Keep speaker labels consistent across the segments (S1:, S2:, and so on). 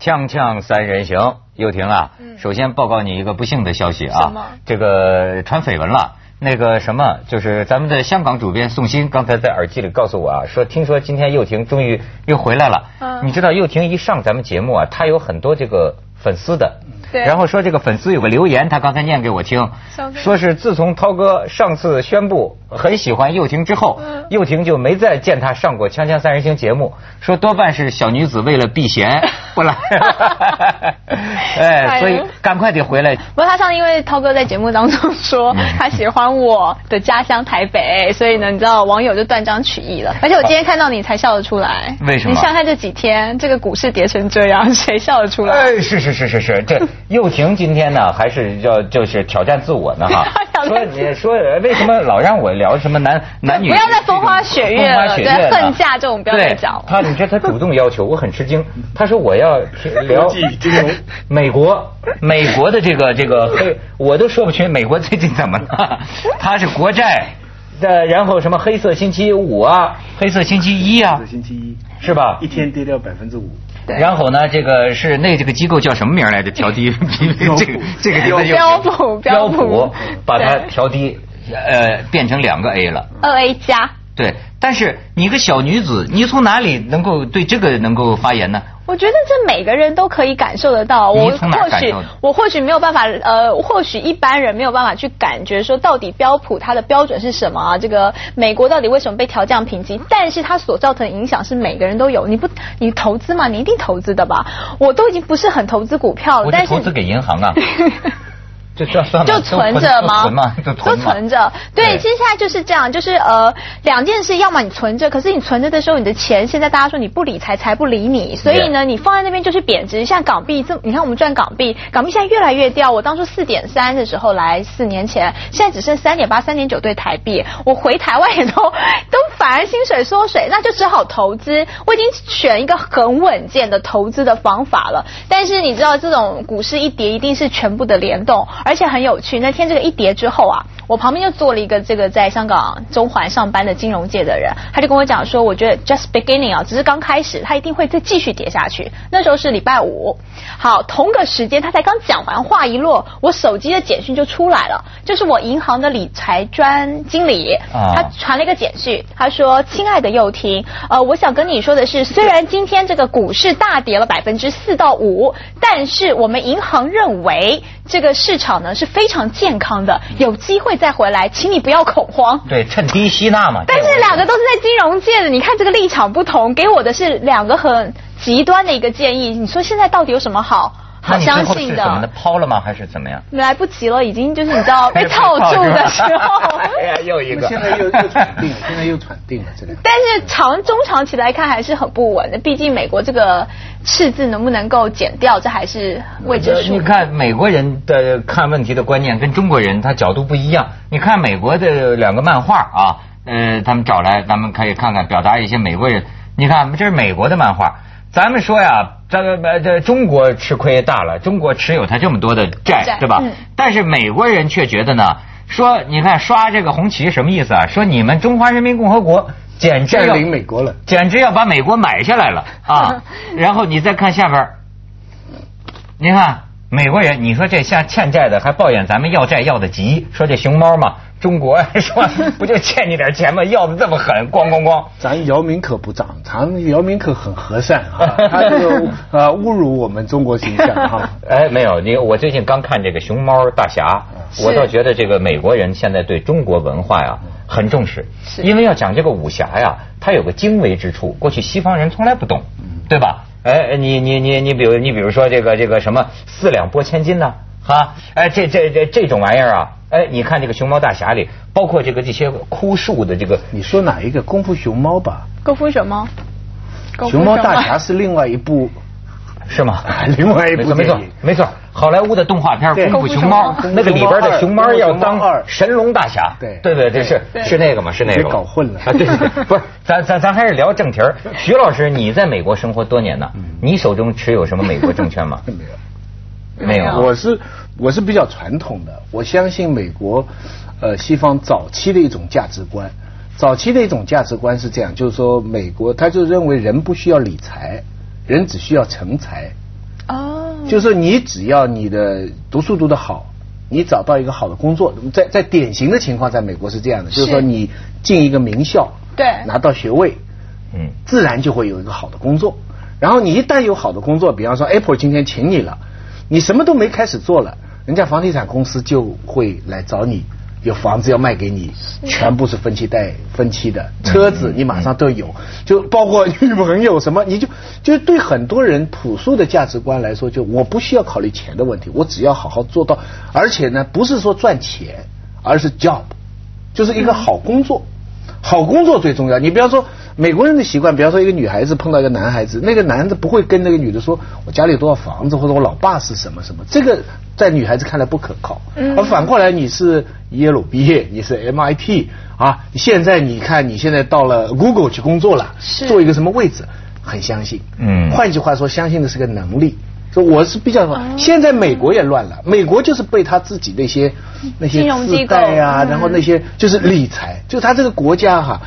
S1: 锵锵三人行，又婷啊，
S2: 嗯
S1: 首先报告你一个不幸的消息
S2: 什
S1: 啊
S2: 么，
S1: 这个传绯闻了。那个什么，就是咱们的香港主编宋鑫刚才在耳机里告诉我啊，说听说今天又婷终于又回来了。
S2: 嗯
S1: 你知道又婷一上咱们节目啊，她有很多这个粉丝的。
S2: 对
S1: 然后说这个粉丝有个留言，他刚才念给我听
S2: 小，哥
S1: 说是自从涛哥上次宣布很喜欢又婷之后，
S2: 嗯
S1: 又婷就没再见他上过《锵锵三人行》节目，说多半是小女子为了避嫌不 来，哎，
S2: 哎呦
S1: 所以赶快得回来。
S2: 不过他上，因为涛哥在节目当中说
S1: 嗯
S2: 他喜欢我的家乡台北，所以呢，你知道网友就断章取义了。而且我今天看到你才笑得出来，
S1: 为什么
S2: 你想想看这几天这个股市跌成这样，谁笑得出来？
S1: 哎，是是是是是，这又婷今天呢，还是要就是挑战自我呢哈
S2: 挑。
S1: 说
S2: 战自我
S1: 你说呃为什么老让我聊什么男男女？
S2: 不要再风花雪月了
S1: 风花雪月
S2: 对
S1: 了
S2: 恨嫁这种不要再讲了
S1: 对他你知道他主动要求，我很吃惊。他说我要 聊
S3: 国际金融
S1: 美国，美国的这个这个黑，我都说不清美国最近怎么了。他是国债，呃，然后什么黑色星期五啊，黑色星期一啊
S3: 这，星期一
S1: 是吧
S3: 一？天跌掉百分之五，
S2: 对
S1: 然后呢，这个是那这个机构叫什么名儿来着？调低
S3: 标普
S1: 这个这个你们有
S2: 标普
S1: 标
S2: 标普
S1: 普把它
S2: 对
S1: 调低，呃，变成两个 A 了。
S2: 二 A 加，
S1: 对，但是你一个小女子，你从哪里能够对这个能够发言呢？
S2: 我觉得这每个人都可以感受得到。我
S1: 你从哪儿
S2: 或
S1: 感
S2: 许
S1: 受的
S2: 我或许没有办法，呃，或许一般人没有办法去感觉说到底标普它的标准是什么啊？这个美国到底为什么被调降评级？但是它所造成的影响是每个人都有。你不，你投资嘛，你一定投资的吧？我都已经不是很投资股票了，
S1: 我就
S2: 哦但是
S1: 投资给银行 啊，就这算吗
S2: 就存着吗？
S1: 都存嘛，就
S2: 都
S1: 存嘛
S2: 存着。对，
S1: 对
S2: 接下来就是这样，就是呃，两件事，要么你存着，可是你存着的时候，你的钱现在大家说你不理财，财不理你，所以呢，你放在那边就是贬值。像港币这，你看我们赚港币，港币现在越来越掉。我当初四点三的时候来，四年前，现在只剩三点八、三点九对台币。我回台湾也都都反而薪水缩水，那就只好投资。我已经选一个很稳健的投资的方法了。但是你知道，这种股市一跌一定是全部的联动，而且很有趣。那天这个一跌之后啊，我旁边就坐了一个这个在香港中环上班的金融界的人，他就跟我讲说，我觉得 just beginning 啊，只是刚开始，它一定会再继续跌下去。那时候是礼拜五，好，同个时间他才刚讲完话一落，我手机的简讯就出来了，就是我银行的理财专经理，
S1: 啊
S2: 他传了一个简讯，他说：“亲爱的幼婷，呃，我想跟你说的是，虽然今天这个股市大跌了百分之四到五，但是我们银行认为这个市场呢是非常健康的，有机会再回来，请你不要恐慌。”
S1: 对，趁低吸纳嘛。
S2: 但是两个都是在金融界的，你看这个立场不同，给我的是两个很极端的一个建议。你说现在到底有什么好
S1: 那
S2: 好
S1: 你最
S2: 相
S1: 后
S2: 信
S1: 是怎么的？
S2: 的？
S1: 抛了吗？还是怎么样？
S2: 来不及了，已经就是你 知道哦被套住的时候。
S1: 哎呀，又一
S3: 我
S1: 个。
S3: 们现在又又喘 定了，现在又喘定了，这两天
S2: 但是长中长期来看还是很不稳的，毕竟美国这个赤字能不能够减掉，这还是未知数
S1: 你。看美国人的看问题的观念跟中国人他角度不一样。你看美国的两个漫画啊，呃，他们找来，咱们可以看看，表达一些美国人。你看，这是美国的漫画。咱们说呀，咱们呃这中国吃亏大了，中国持有他这么多的债
S2: 债，
S1: 对吧
S2: 嗯？
S1: 但是美国人却觉得呢，说你看刷这个红旗什么意思啊？说你们中华人民共和国简直
S3: 现
S1: 要
S3: 在领美国了。
S1: 简直要把美国买下来了啊！然后你再看下边儿，你看美国人，你说这下欠债的还抱怨咱们要债要的急，说这熊猫嘛，中国哎说不就欠你点钱吗？要的这么狠，咣咣咣！
S3: 咱姚明可不长，咱姚明可很和善 啊，他这个呃侮辱我们中国形象啊哈。
S1: 哎，没有你，我最近刚看这个《熊猫大侠》，
S2: 嗯是嗯
S1: 我倒觉得这个美国人现在对中国文化呀很重视，
S2: 是
S1: 因为要讲这个武侠呀，它有个精微之处，过去西方人从来不懂，
S2: 嗯
S1: 对吧？哎，你你你你比如你比如说这个这个什么四两拨千斤呐、哈，哎，这这这这种玩意儿啊，哎，你看这个《熊猫大侠》里，包括这个这些枯树的这个
S3: 你说哪一个功夫熊猫吧？
S2: 功夫熊猫，功夫
S3: 熊猫大侠是另外一部，啊
S1: 是 吗？
S3: 另外一
S1: 没
S3: 部
S1: 错没
S3: 电
S1: 错
S3: 影。
S1: 没错，好莱坞的动画片
S3: 对
S1: 《功夫熊猫》
S3: 功夫熊猫
S1: 那个里边的熊猫要
S3: 功夫熊
S1: 当
S3: 猫二
S1: 神龙大侠，
S3: 对
S1: 对对对是
S2: 对
S1: 是那个嘛是那个嘛
S3: 别搞混了
S1: 啊对对对不是 咱咱咱还是聊正题儿。徐老师，你在美国生活多年呢，
S3: 嗯
S1: 你手中持有什么美国证券吗？
S3: 没有。
S1: 没有啊，
S3: 我是我是比较传统的，我相信美国，呃，西方早期的一种价值观，早期的一种价值观是这样，就是说美国他就认为人不需要理财，人只需要成才。
S2: 哦，
S3: 就是你只要你的读书读得好，你找到一个好的工作，在在典型的情况，在美国是这样的，就是说
S2: 是
S3: 你进一个名校，
S2: 对
S3: 拿到学位，
S1: 嗯，
S3: 自然就会有一个好的工作。然后你一旦有好的工作，比方说 Apple 今天请你了，你什么都没开始做了，人家房地产公司就会来找你，有房子要卖给你，全部是分期贷分期的，车子你马上都有，就包括女朋友什么，你就就对很多人朴素的价值观来说，就我不需要考虑钱的问题，我只要好好做到，而且呢，不是说赚钱，而是 job，就是一个好工作。好工作最重要。你比方说美国人的习惯，比方说一个女孩子碰到一个男孩子，那个男的不会跟那个女的说我家里有多少房子或者我老爸是什么什么，这个在女孩子看来不可靠。
S2: 嗯
S3: 而反过来你是耶鲁毕业，你是 MIT 啊，现在你看你现在到了 Google 去工作了，
S2: 是
S3: 做一个什么位置，很相信。
S1: 嗯
S3: 换句话说，相信的是个能力。说我是比较，
S2: 哦
S3: 现在美国也乱了，美国就是被他自己那些那些
S2: 金融机
S3: 自
S2: 构
S3: 贷啊，
S2: 嗯
S3: 然后那些就是理财，就他这个国家哈，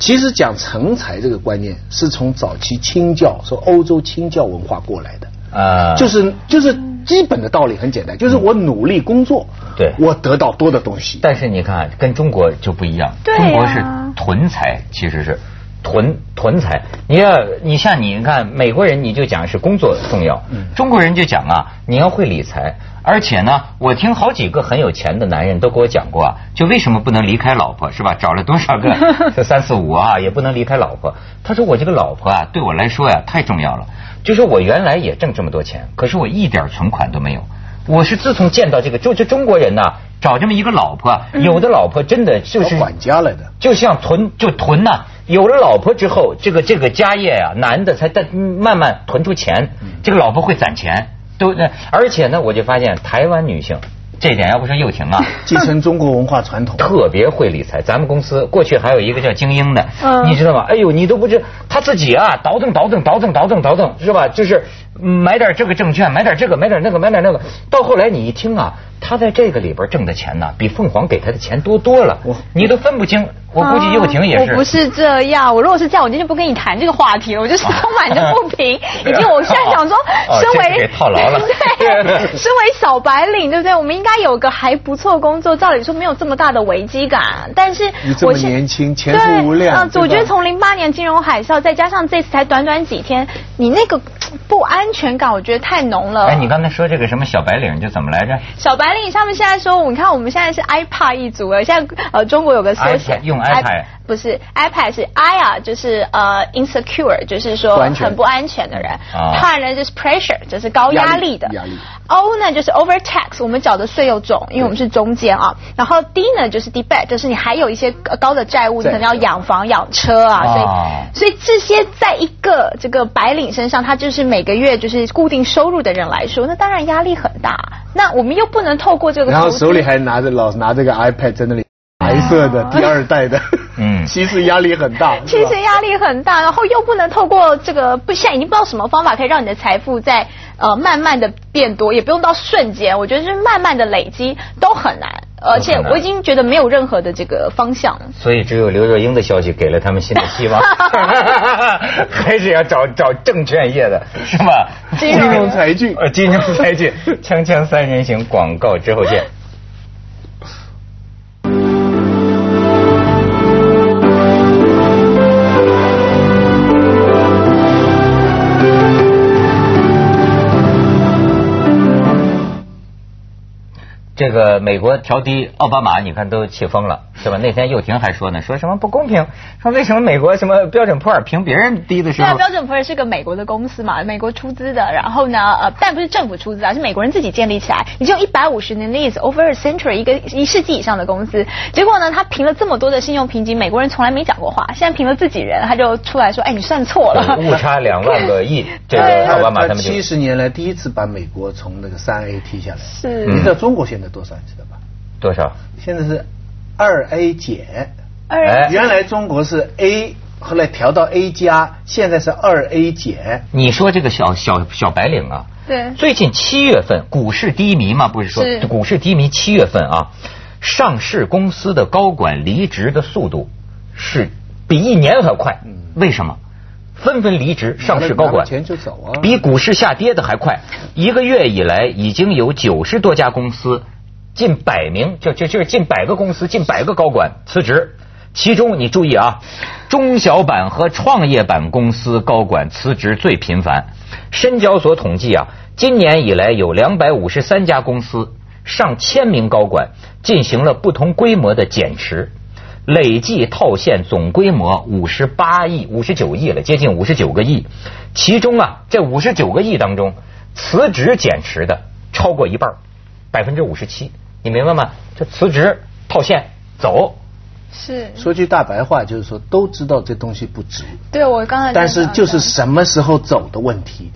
S3: 其实讲成才这个观念是从早期清教，说欧洲清教文化过来的，
S1: 呃，
S3: 就是就是基本的道理很简单，就是我努力工作，
S1: 嗯对
S3: 我得到多的东西，
S1: 但是你看，跟中国就不一样，
S2: 对呀
S1: 中国是囤财，其实是囤囤财。你要你像你看美国人，你就讲是工作重要，中国人就讲啊，你要会理财。而且呢，我听好几个很有钱的男人都给我讲过啊，就为什么不能离开老婆是吧？找了多少个，这三四五啊，也不能离开老婆。他说我这个老婆啊，对我来说呀、太重要了。就说我原来也挣这么多钱，可是我一点存款都没有。我是自从见到这个，就这中国人呐、找这么一个老婆啊，有的老婆真的就
S3: 我
S1: 是
S3: 管家来的。
S1: 就像囤就囤呐、有了老婆之后，这个这个家业啊，男的才但慢慢囤出钱，这个老婆会攒钱，都呃而且呢，我就发现台湾女性这一点，要不说又婷啊，
S3: 继承中国文化传统，
S1: 特别会理财。咱们公司过去还有一个叫精英的，
S2: 嗯
S1: 你知道吗？哎呦，你都不知他自己啊，倒腾倒腾倒腾倒腾倒腾，是吧？就是嗯买点这个证券，买点这个，买点那个，买点那个。到后来你一听啊，他在这个里边挣的钱呐，比凤凰给他的钱多多了
S3: 我，
S1: 你都分不清。我估计
S2: 啊
S1: 幼婷也是。
S2: 我不是这样，我如果是这样，我今天不跟你谈这个话题了，我就是充满着不 平，以及我现在想说
S1: 啊哦，
S2: 身
S1: 这
S2: 为
S1: 个给套牢了
S2: 对，身为小白领，对不对？我们应该有个还不错工作，照理说没有这么大的危机感，但是
S3: 你这么
S2: 我现
S3: 年轻前途无量
S2: 对嗯
S3: 对吧
S2: 我觉得从零八年金融海啸，再加上这次才短短几天，你那个不安全感，我觉得太浓了。
S1: 哎，你刚才说这个什么小白领就怎么来着？
S2: 小白领他们现在说，你看我们现在是 iPad 一族了，现在呃中国有个缩写
S1: iPad，用
S2: i-
S1: iPad
S2: 不是 iPad 是 I 啊，就是呃 insecure，就是说
S3: 不安全
S2: 很不安全的人；，
S1: 啊
S2: 怕呢就是 pressure，就是高压力的
S3: 压力压力
S2: ；O 呢就是 overtax，我们缴的税又重，因为我们是中间啊；然后 D 呢就是 debt，就是你还有一些呃高的债务，你
S3: 债
S2: 可能要养房养车啊，所以。
S1: 啊
S2: 所以这些在一个这个白领身上，他就是每个月就是固定收入的人来说，那当然压力很大。那我们又不能透过这个
S3: 然后
S2: 投资，
S3: 手里还拿着老拿这个 iPad 在那里，白 色的第二代的，
S1: 啊嗯
S3: 其实压力很大，
S2: 其
S3: 是吧
S2: 实压力很大，然后又不能透过这个不，现在已经不知道什么方法可以让你的财富在呃慢慢的变多，也不用到瞬间，我觉得是慢慢的累积都很难，而且
S1: 都很难
S2: 我已经觉得没有任何的这个方向了。
S1: 所以只有刘若英的消息给了他们新的希望，还是要找找证券业的，是吧？
S2: 金
S3: 融金融才俊
S1: 呃， 金融才俊，锵锵三人行广告之后见。这个美国调低奥巴马，你看都气疯了，是吧？那天幼婷还说呢，说什么不公平，说为什么美国什么标准普尔评别人低的时
S2: 对啊，
S1: 候，
S2: 标准普尔是个美国的公司嘛，美国出资的。然后呢，呃，但不是政府出资啊，是美国人自己建立起来。你只有一百五十年的历史，over a century，一个一世纪以上的公司。结果呢，他评了这么多的信用评级，美国人从来没讲过话，现在评了自己人，他就出来说，哎，你算错了。
S1: 误差两万个亿，这
S2: 对
S1: 个
S3: 他
S1: 奥巴马他们就
S3: 七十年来第一次把美国从那个三 A 踢下来。
S2: 是
S3: 你知
S1: 嗯
S3: 道中国现在多少？你知道吧？
S1: 多少？
S3: 现在是二 A 减。
S2: 二人
S1: 哎
S3: 原来中国是 A，后来调到 A 加，现在是二 A 减。
S1: 你说这个小小小白领啊，
S2: 对
S1: 最近七月份股市低迷嘛，不是说
S2: 是
S1: 股市低迷七月份啊，上市公司的高管离职的速度是比一年还快。为什么？纷纷离职，上市高
S3: 拿了
S1: 管，
S3: 钱就走啊
S1: 比股市下跌的还快。一个月以来，已经有九十多家公司，近百名，就就就是近百个公司，近百个高管辞职。其中你注意啊，中小板和创业板公司高管辞职最频繁。深交所统计啊，今年以来有两百五十三家公司，上千名高管进行了不同规模的减持。累计套现总规模五十八亿、五十九亿了，接近五十九个亿。其中啊，这五十九个亿当中，辞职减持的超过一半，百分之五十七。你明白吗？这辞职套现走，
S4: 是，
S3: 说句大白话，就是说都知道这东西不值，
S4: 对我刚才
S3: 但是
S4: 想
S3: 就是
S4: 讲
S3: 什么时候走的问题，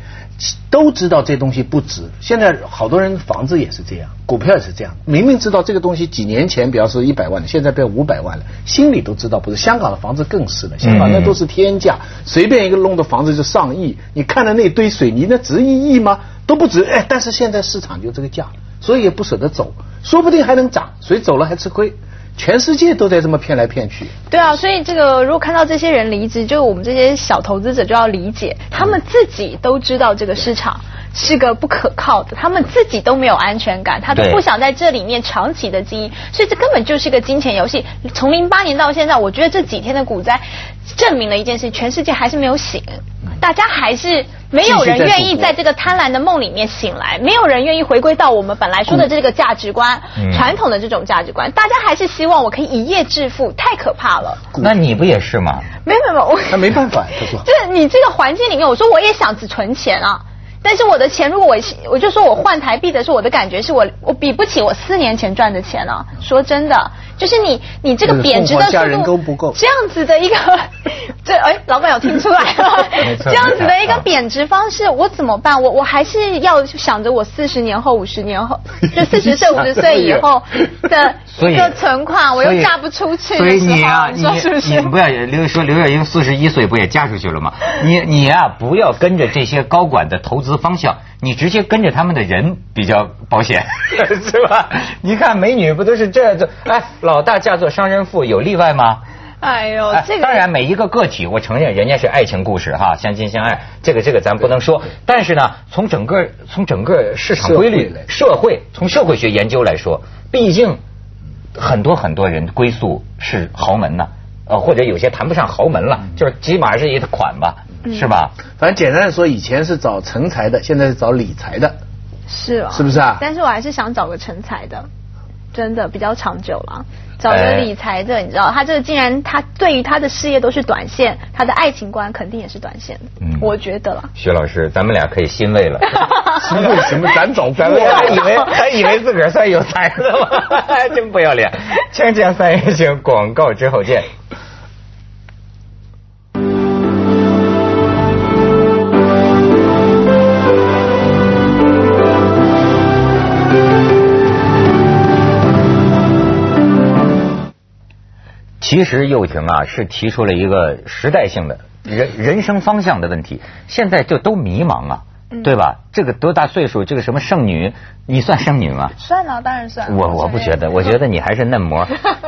S3: 都知道这东西不值。现在好多人房子也是这样，股票也是这样，明明知道这个东西几年前，比方说一百万的，现在变五百万了，心里都知道不是。香港的房子更是了，香港那都是天价，随便一个弄的房子就上亿。你看了那堆水泥，那值一亿吗？都不值。哎，但是现在市场就这个价，所以也不舍得走，说不定还能涨，谁走了还吃亏。全世界都在这么骗来骗去。
S2: 对啊，所以这个如果看到这些人离职，就我们这些小投资者就要理解，他们自己都知道这个市场是个不可靠的，他们自己都没有安全感，他都
S1: 对
S2: 不想在这里面长期的经营，所以这根本就是个金钱游戏。从零八年到现在，我觉得这几天的股灾证明了一件事，全世界还是没有醒，大家还是没有人
S3: 嗯继续在赌
S2: 愿意
S3: 博
S2: 在这个贪婪的梦里面醒来，没有人愿意回归到我们本来说的这个价值观，
S1: 嗯
S2: 传统的这种价值观，大家还是希望我可以一夜致富，太可怕了。
S1: 那你不也是吗？
S2: 没有没有没 有，我
S3: 那没办法，他说。
S2: 就是你这个环境里面，我说我也想只存钱啊，但是我的钱如果我我就说我换台币的时候，我的感觉是我我比不起我四年前赚的钱啊。说真的，就是你你这个贬值的
S3: 就是凤凰
S2: 速
S3: 虾
S2: 度，
S3: 人工不够
S2: 这样子的一 个，这哎老板有听出来了
S1: 没，错
S2: 这样子的一
S1: 没
S2: 个
S1: 错
S2: 贬值方式，我怎么办？我我还是要想着我四十年后、五十 年后，就四十岁、五十岁以后的
S1: 所以
S2: 一个存款，我
S1: 所
S2: 又
S1: 以
S2: 嫁不出去的时候，
S1: 所以你啊，
S2: 你说是不
S1: 你
S2: 是
S1: 你？不要刘说刘月英四十一岁不也嫁出去了吗？你你啊，不要跟着这些高管的投资方向，你直接跟着他们的人比较保险， 是吧？你看美女不都是这这？哎，老大嫁作商人妇有例外吗？
S4: 哎
S2: 哦
S4: 呦
S1: 哎，
S4: 这个
S1: 当然，每一个个体，我承认人家是爱情故事哈，相亲相爱，这个这个咱不能说。但是呢，从整个从整个市场规律、社会从社会学研究来说，毕竟很多很多人归宿是豪门呐、呃，或者有些谈不上豪门了，就是起码是一款吧，是吧？
S3: 反正简单的说，以前是找成才的，现在是找理财的，
S2: 是啊，
S3: 是不是啊？
S2: 但是我还是想找个成才的，真的比较长久了。
S1: 哎
S2: 找个理财的，你知道，他这个竟然他对于他的事业都是短线，他的爱情观肯定也是短线的，
S1: 嗯
S2: 我觉得了。
S1: 徐老师，咱们俩可以欣慰了。
S3: 什么什么咱找
S1: 咱们还以为还以为自个儿算有才的吗？ 真不要脸！锵锵三人行，广告之后见。其实幼婷啊是提出了一个时代性的人人生方向的问题，现在就都迷茫啊，
S2: 嗯
S1: 对吧？这个多大岁数，这个什么剩女，你算剩女吗？
S4: 算了，当然算了。
S1: 我我不觉得，我觉得你还是嫩 模。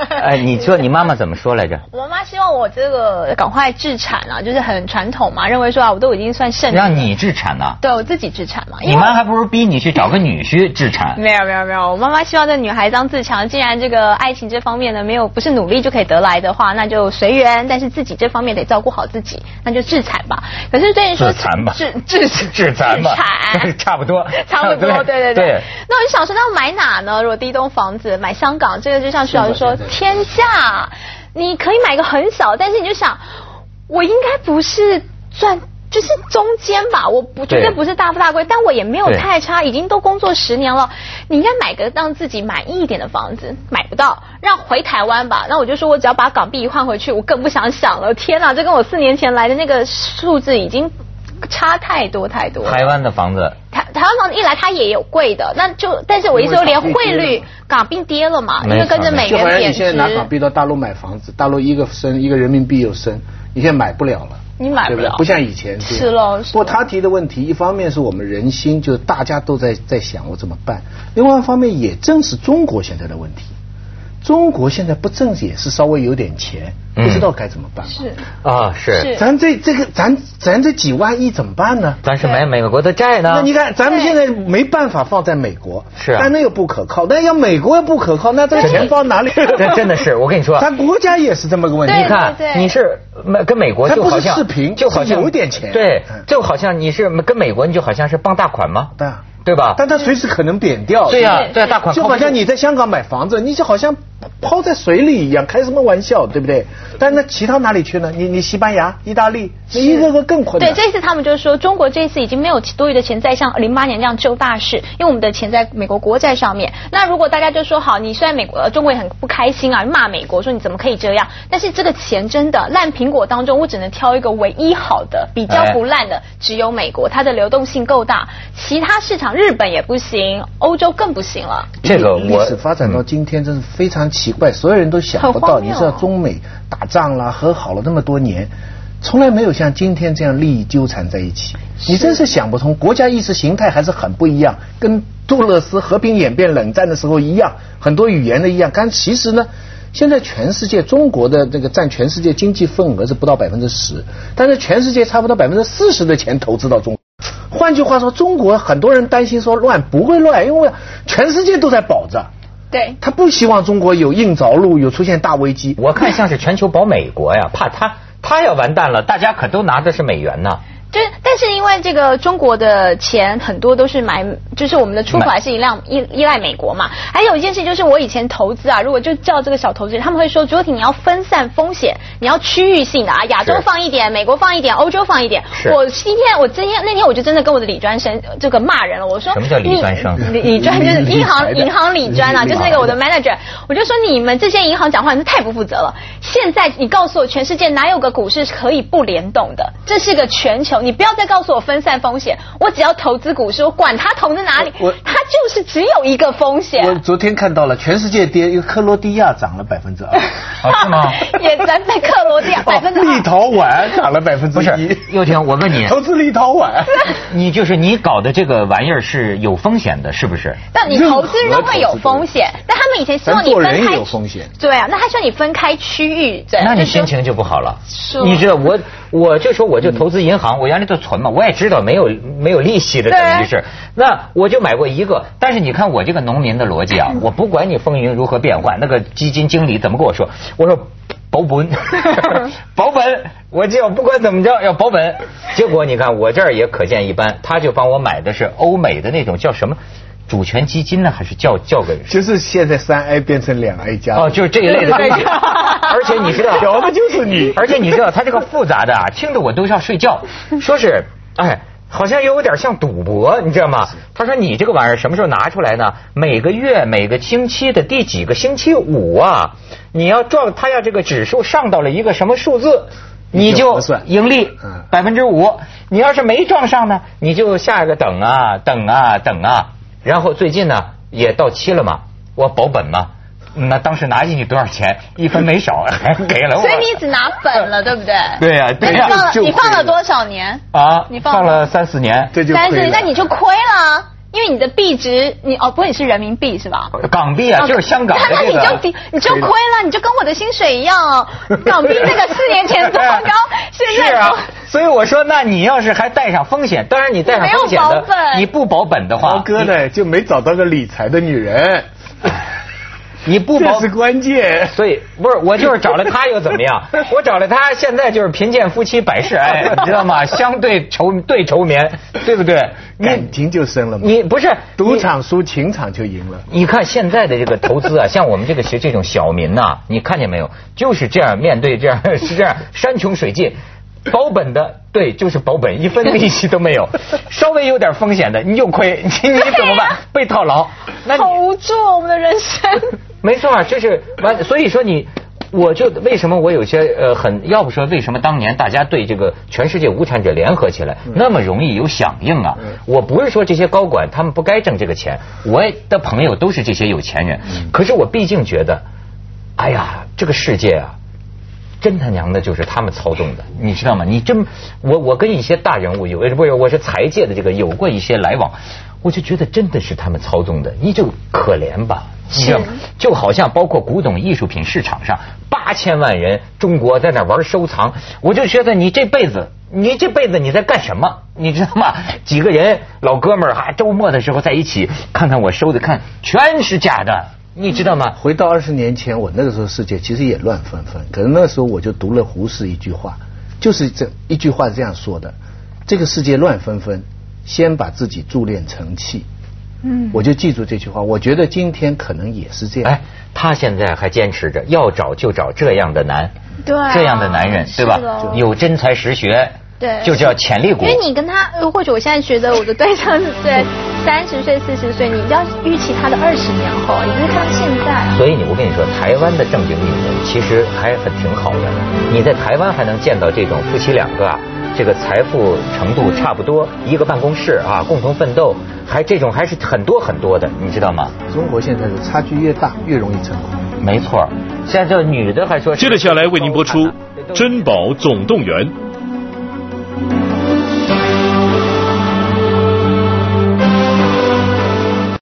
S1: 哎，你说你妈妈怎么说来着？
S2: 我妈希望我这个赶快置产啊，就是很传统嘛，认为说啊，我都已经算剩女了，
S1: 让你置产呐、
S2: 对我自己置产嘛，因
S1: 你
S2: 为
S1: 妈还不如逼你去找个女婿置 产。
S2: 没有没有没有，我妈妈希望这女孩当自强，既然这个爱情这方面呢没有不是努力就可以得来的话，那就随缘，但是自己这方面得照顾好自己，那就自产吧。可是对于说
S1: 自残吧
S2: 自自
S1: 自残吧
S2: 自产
S1: 差不多
S2: 差不 多，对对对。
S1: 对
S2: 那我就想说，那要买哪呢？如果第一栋房子买香港，这个就像徐老师说
S3: 是的是，的
S2: 天下你可以买个很小，但是你就想，我应该不是赚。就是中间吧，我不绝对
S1: 对
S2: 不是大富大贵，但我也没有
S1: 对
S2: 太太差，已经都工作十年了，你应该买个让自己满意一点的房子，买不到，让回台湾吧。那我就说我只要把港币一换回去，我更不想想了。天哪，这跟我四年前来的那个数字已经差太多太多了。
S1: 台湾的房子，
S2: 台台湾房子一来它也有贵的，那就但是我意思说连汇率港币跌了嘛，因为跟着美
S3: 就好
S2: 元
S3: 像
S2: 贬
S3: 你现在拿港
S2: 值，
S3: 币到大陆买房子，大陆一个升一个人民币又升，你现在买不了了。
S2: 你买
S3: 对
S2: 不
S3: 不对
S2: 了？。
S3: 不像以前这样
S2: 是喽是
S3: 不过
S2: 喽
S3: 他提的问题，一方面是我们人心，就是大家都在在想我怎么办；，另外一方面也正是中国现在的问题。中国现在不正也是稍微有点钱，
S1: 嗯
S3: 不知道该怎么办吗？
S4: 是
S1: 啊，是
S4: 是，
S3: 咱这这个咱咱这几万亿怎么办呢？
S1: 咱是买美国的债呢。
S3: 那你看，咱们现在没办法放在美国，
S1: 啊是啊
S3: 但那又不可靠，那要美国又不可靠，那这个
S1: 真的
S3: 钱放哪里？
S1: 这真的是，我跟你说，
S3: 咱国家也是这么个问题
S1: 你
S4: 对。
S1: 看
S4: 对，对
S1: 你是呃跟美国
S3: 它
S1: 就
S3: 不是
S1: 好像
S3: 视频
S1: 就好
S3: 是
S1: 像
S3: 有点钱
S1: 对
S3: 嗯，
S1: 就好像你是跟美国，你就好像是傍大款嘛，
S3: 对啊
S1: 对吧？
S3: 但它随时可能贬掉。
S1: 对呀
S4: 对，
S1: 对啊大款
S3: 就
S1: 靠不
S3: 好
S1: 住
S3: 像你在香港买房子，你就好像抛在水里一样，开什么玩笑，对不对？但那其他哪里去呢？你你西班牙、意大利，那一个个更困
S2: 对，
S3: 难。
S2: 这次他们就是说，中国这一次已经没有多余的钱在像零八年这样救大事，因为我们的钱在美国国债上面。那如果大家就说好，你虽然美国、呃中国也很不开心啊，骂美国说你怎么可以这样，但是这个钱真的烂苹果当中，我只能挑一个唯一好的，比较不烂的只有美国，它的流动性够大，其他市场日本也不行，欧洲更不行了。
S1: 这个
S3: 历
S1: 我嗯
S3: 史发展到今天真是非常奇怪，所有人都想不
S2: 很
S3: 到。
S2: 荒
S3: 你
S2: 谬啊
S3: 知道中美打仗啦，和好了那么多年，从来没有像今天这样利益纠缠在一起。你真是想不通，国家意识形态还是很不一样，跟杜勒斯和平演变冷战的时候一样，很多语言的一样。但其实呢，现在全世界中国的这个占全世界经济份额是不到百分之十，但是全世界差不多百分之四十的钱投资到中国。换句话说，中国很多人担心说乱不会乱，因为全世界都在保着，
S4: 对，
S3: 他不希望中国有硬着陆，有出现大危机。
S1: 我看像是全球保美国呀，怕他他要完蛋了，大家可都拿的是美 元呢。
S2: 就是，但是因为这个中国的钱很多都是买，就是我们的出口还是依赖依依赖美国嘛。还有一件事就是，我以前投资啊，如果就叫这个小投资人，他们会说，主体你要分散风险，你要区域性的啊，亚洲
S1: 是
S2: 放一点，美国放一点，欧洲放一点
S1: 是。
S2: 我今天我今天那天我就真的跟我的理专生呃这个骂人了，我说
S1: 什么叫理
S2: 你
S1: 专生
S2: 理理专就是
S3: 理
S2: 银
S3: 财
S2: 行
S3: 的
S2: 银行理专啊，
S3: 理
S2: 就是那个我的 manager，我就说你们这些银行讲话真是太不负责了。现在你告诉我，全世界哪有个股市是可以不联动的？这是个全球，你不要再告诉我分散风险，我只要投资股市，我管它投在哪里
S3: 我我，
S2: 它就是只有一个风
S3: 我
S2: 险。
S3: 昨天看到了，全世界跌，一个克罗地亚涨了百分 之二，
S1: 哦，是吗？
S2: 也咱在克罗
S3: 哦
S2: 地亚百分之
S3: 立
S2: 二，
S3: 陶宛涨了百分之
S1: 不
S3: 一
S1: 是，，又婷，我问你，
S3: 投资立陶 宛。
S1: 你就是你搞的这个玩意儿是有风险的，是不是？
S2: 但你投资都会有风险，但他们以前希望你
S3: 咱做
S2: 分
S3: 人
S2: 开
S3: 也有风险。
S2: 对啊，那他希望你分开区域，对
S1: 那你
S2: 就是
S1: 心情就不好了
S2: 是。
S1: 你知道我，我就说我就投资银行，我原来就存嘛，我也知道没有没有利息的
S2: 对
S1: 等于是，那我就买过一个。但是你看我这个农民的逻辑啊，我不管你风云如何变幻，那个基金经理怎么跟我说？我说保 本，保本，我就要不管怎么着要保本。结果你看我这儿也可见一斑，他就帮我买的是欧美的那种叫什么主权基金呢，还是叫叫个
S3: 就是现在三 A 变成两 A 加，
S1: 哦，就是这一类的东 西。而且你知道，
S3: 嫖的就是你
S1: 而且你知道，它这个复杂的啊，听得我都要睡 觉。说是，哎，好像又有点像赌博，你知道吗？他说你这个玩意儿什么时候拿出来呢？每个月每个星期的第几个星期五啊，你要撞，他要这个指数上到了一个什么数字。你
S3: 有
S1: 就
S3: 核算
S1: 盈利
S3: 嗯
S1: 百分之五，你要是没撞上呢，你就下一个等啊等啊等啊，然后最近呢也到期了嘛，我保本嘛，那当时拿进去多少钱，一分没少，还给了我。
S2: 所以你只拿本了，对不对？
S1: 对呀
S2: 那
S1: 对
S2: 你
S1: 呀
S2: 放了
S3: 就
S2: 你放
S3: 亏了
S2: 了多少年？
S1: 啊，
S2: 你放
S1: 放了三四年，
S3: 这就
S2: 但
S3: 亏
S2: 是
S3: 了
S2: 那你就亏了，因为你的币值，你哦，不过你是人民币是吧？哦
S1: 港币啊，就是香港的
S2: 那
S1: 这
S2: 你就
S1: 个
S2: 抵，你就亏了，你就跟我的薪水一样哦。港币那个四年前 多高，现
S1: 是
S2: 在
S1: 啊
S2: 多，
S1: 所以我说，那你要是还带上风险，当然你带上风险
S2: 你没有
S1: 的
S2: 保，本
S1: 你不保本的
S3: 豪
S1: 话，
S3: 哥呢就没找到个理财的女人，
S1: 你你不保
S3: 这是关键。
S1: 所以不是我就是找了他又怎么样？我找了他，现在就是贫贱夫妻百事 哀，你知道吗？相对愁对愁眠，对不对？
S3: 感
S1: 你
S3: 情就深了嘛，
S1: 你不是
S3: 赌场输情场就赢了。
S1: 你看现在的这个投 资啊，像我们这个学这种小民呐、你看见没有？就是这样面对这样是这样山穷水尽，保本的对，就是保本，一分利息都没 有，稍微有点风险的你就亏，你你怎么 办？被套牢，那你
S2: 好无助哦，我们的人 生。
S1: 没错，啊就是完。所以说你，我就为什么我有些呃很，要不说为什么当年大家对这个全世界无产者联合起来那么容易有响应啊？我不是说这些高管他们不该挣这个钱，我的朋友都是这些有钱人，可是我毕竟觉得，哎呀，这个世界啊，真他娘的就是他们操纵的，你知道吗？你真，我我跟一些大人物有，呃不是，我是财界的这个有过一些来往，我就觉得真的是他们操纵的，你就可怜吧，你知道吗？就好像包括古董艺术品市场上八千万人中国在那玩收藏，我就觉得你这辈子。你这辈子你在干什么？你知道吗？几个人老哥们儿还周末的时候在一起看看我收的，看全是假的，你知道吗？
S3: 回到二十年前，我那个时候世界其实也乱纷纷，可是那时候我就读了胡适一句话，就是这一句话这样说的：这个世界乱纷纷，先把自己铸炼成器。
S4: 嗯
S3: 我就记住这句话，我觉得今天可能也是这样。
S1: 哎，他现在还坚持着，要找就找这样的男，
S4: 对啊
S1: 这样的男人，对吧
S4: 是的？
S1: 有真才实学，
S4: 对
S1: 就叫潜力股
S2: 因。为你跟他，呃或者我现在觉得我的对象是对三十岁、四十岁，你要预期他的二十年后，你不是看到现在。
S1: 所以你，我跟你说，台湾的正经女人其实还很挺好的。你在台湾还能见到这种夫妻两个啊，这个财富程度差不多，一个办公室啊，共同奋斗，还这种还是很多很多的，你知道吗？
S3: 中国现在的差距越大，越容易成功。
S1: 没错儿，现在这女的还说是。
S5: 接着下来为您播出《珍宝总动员》。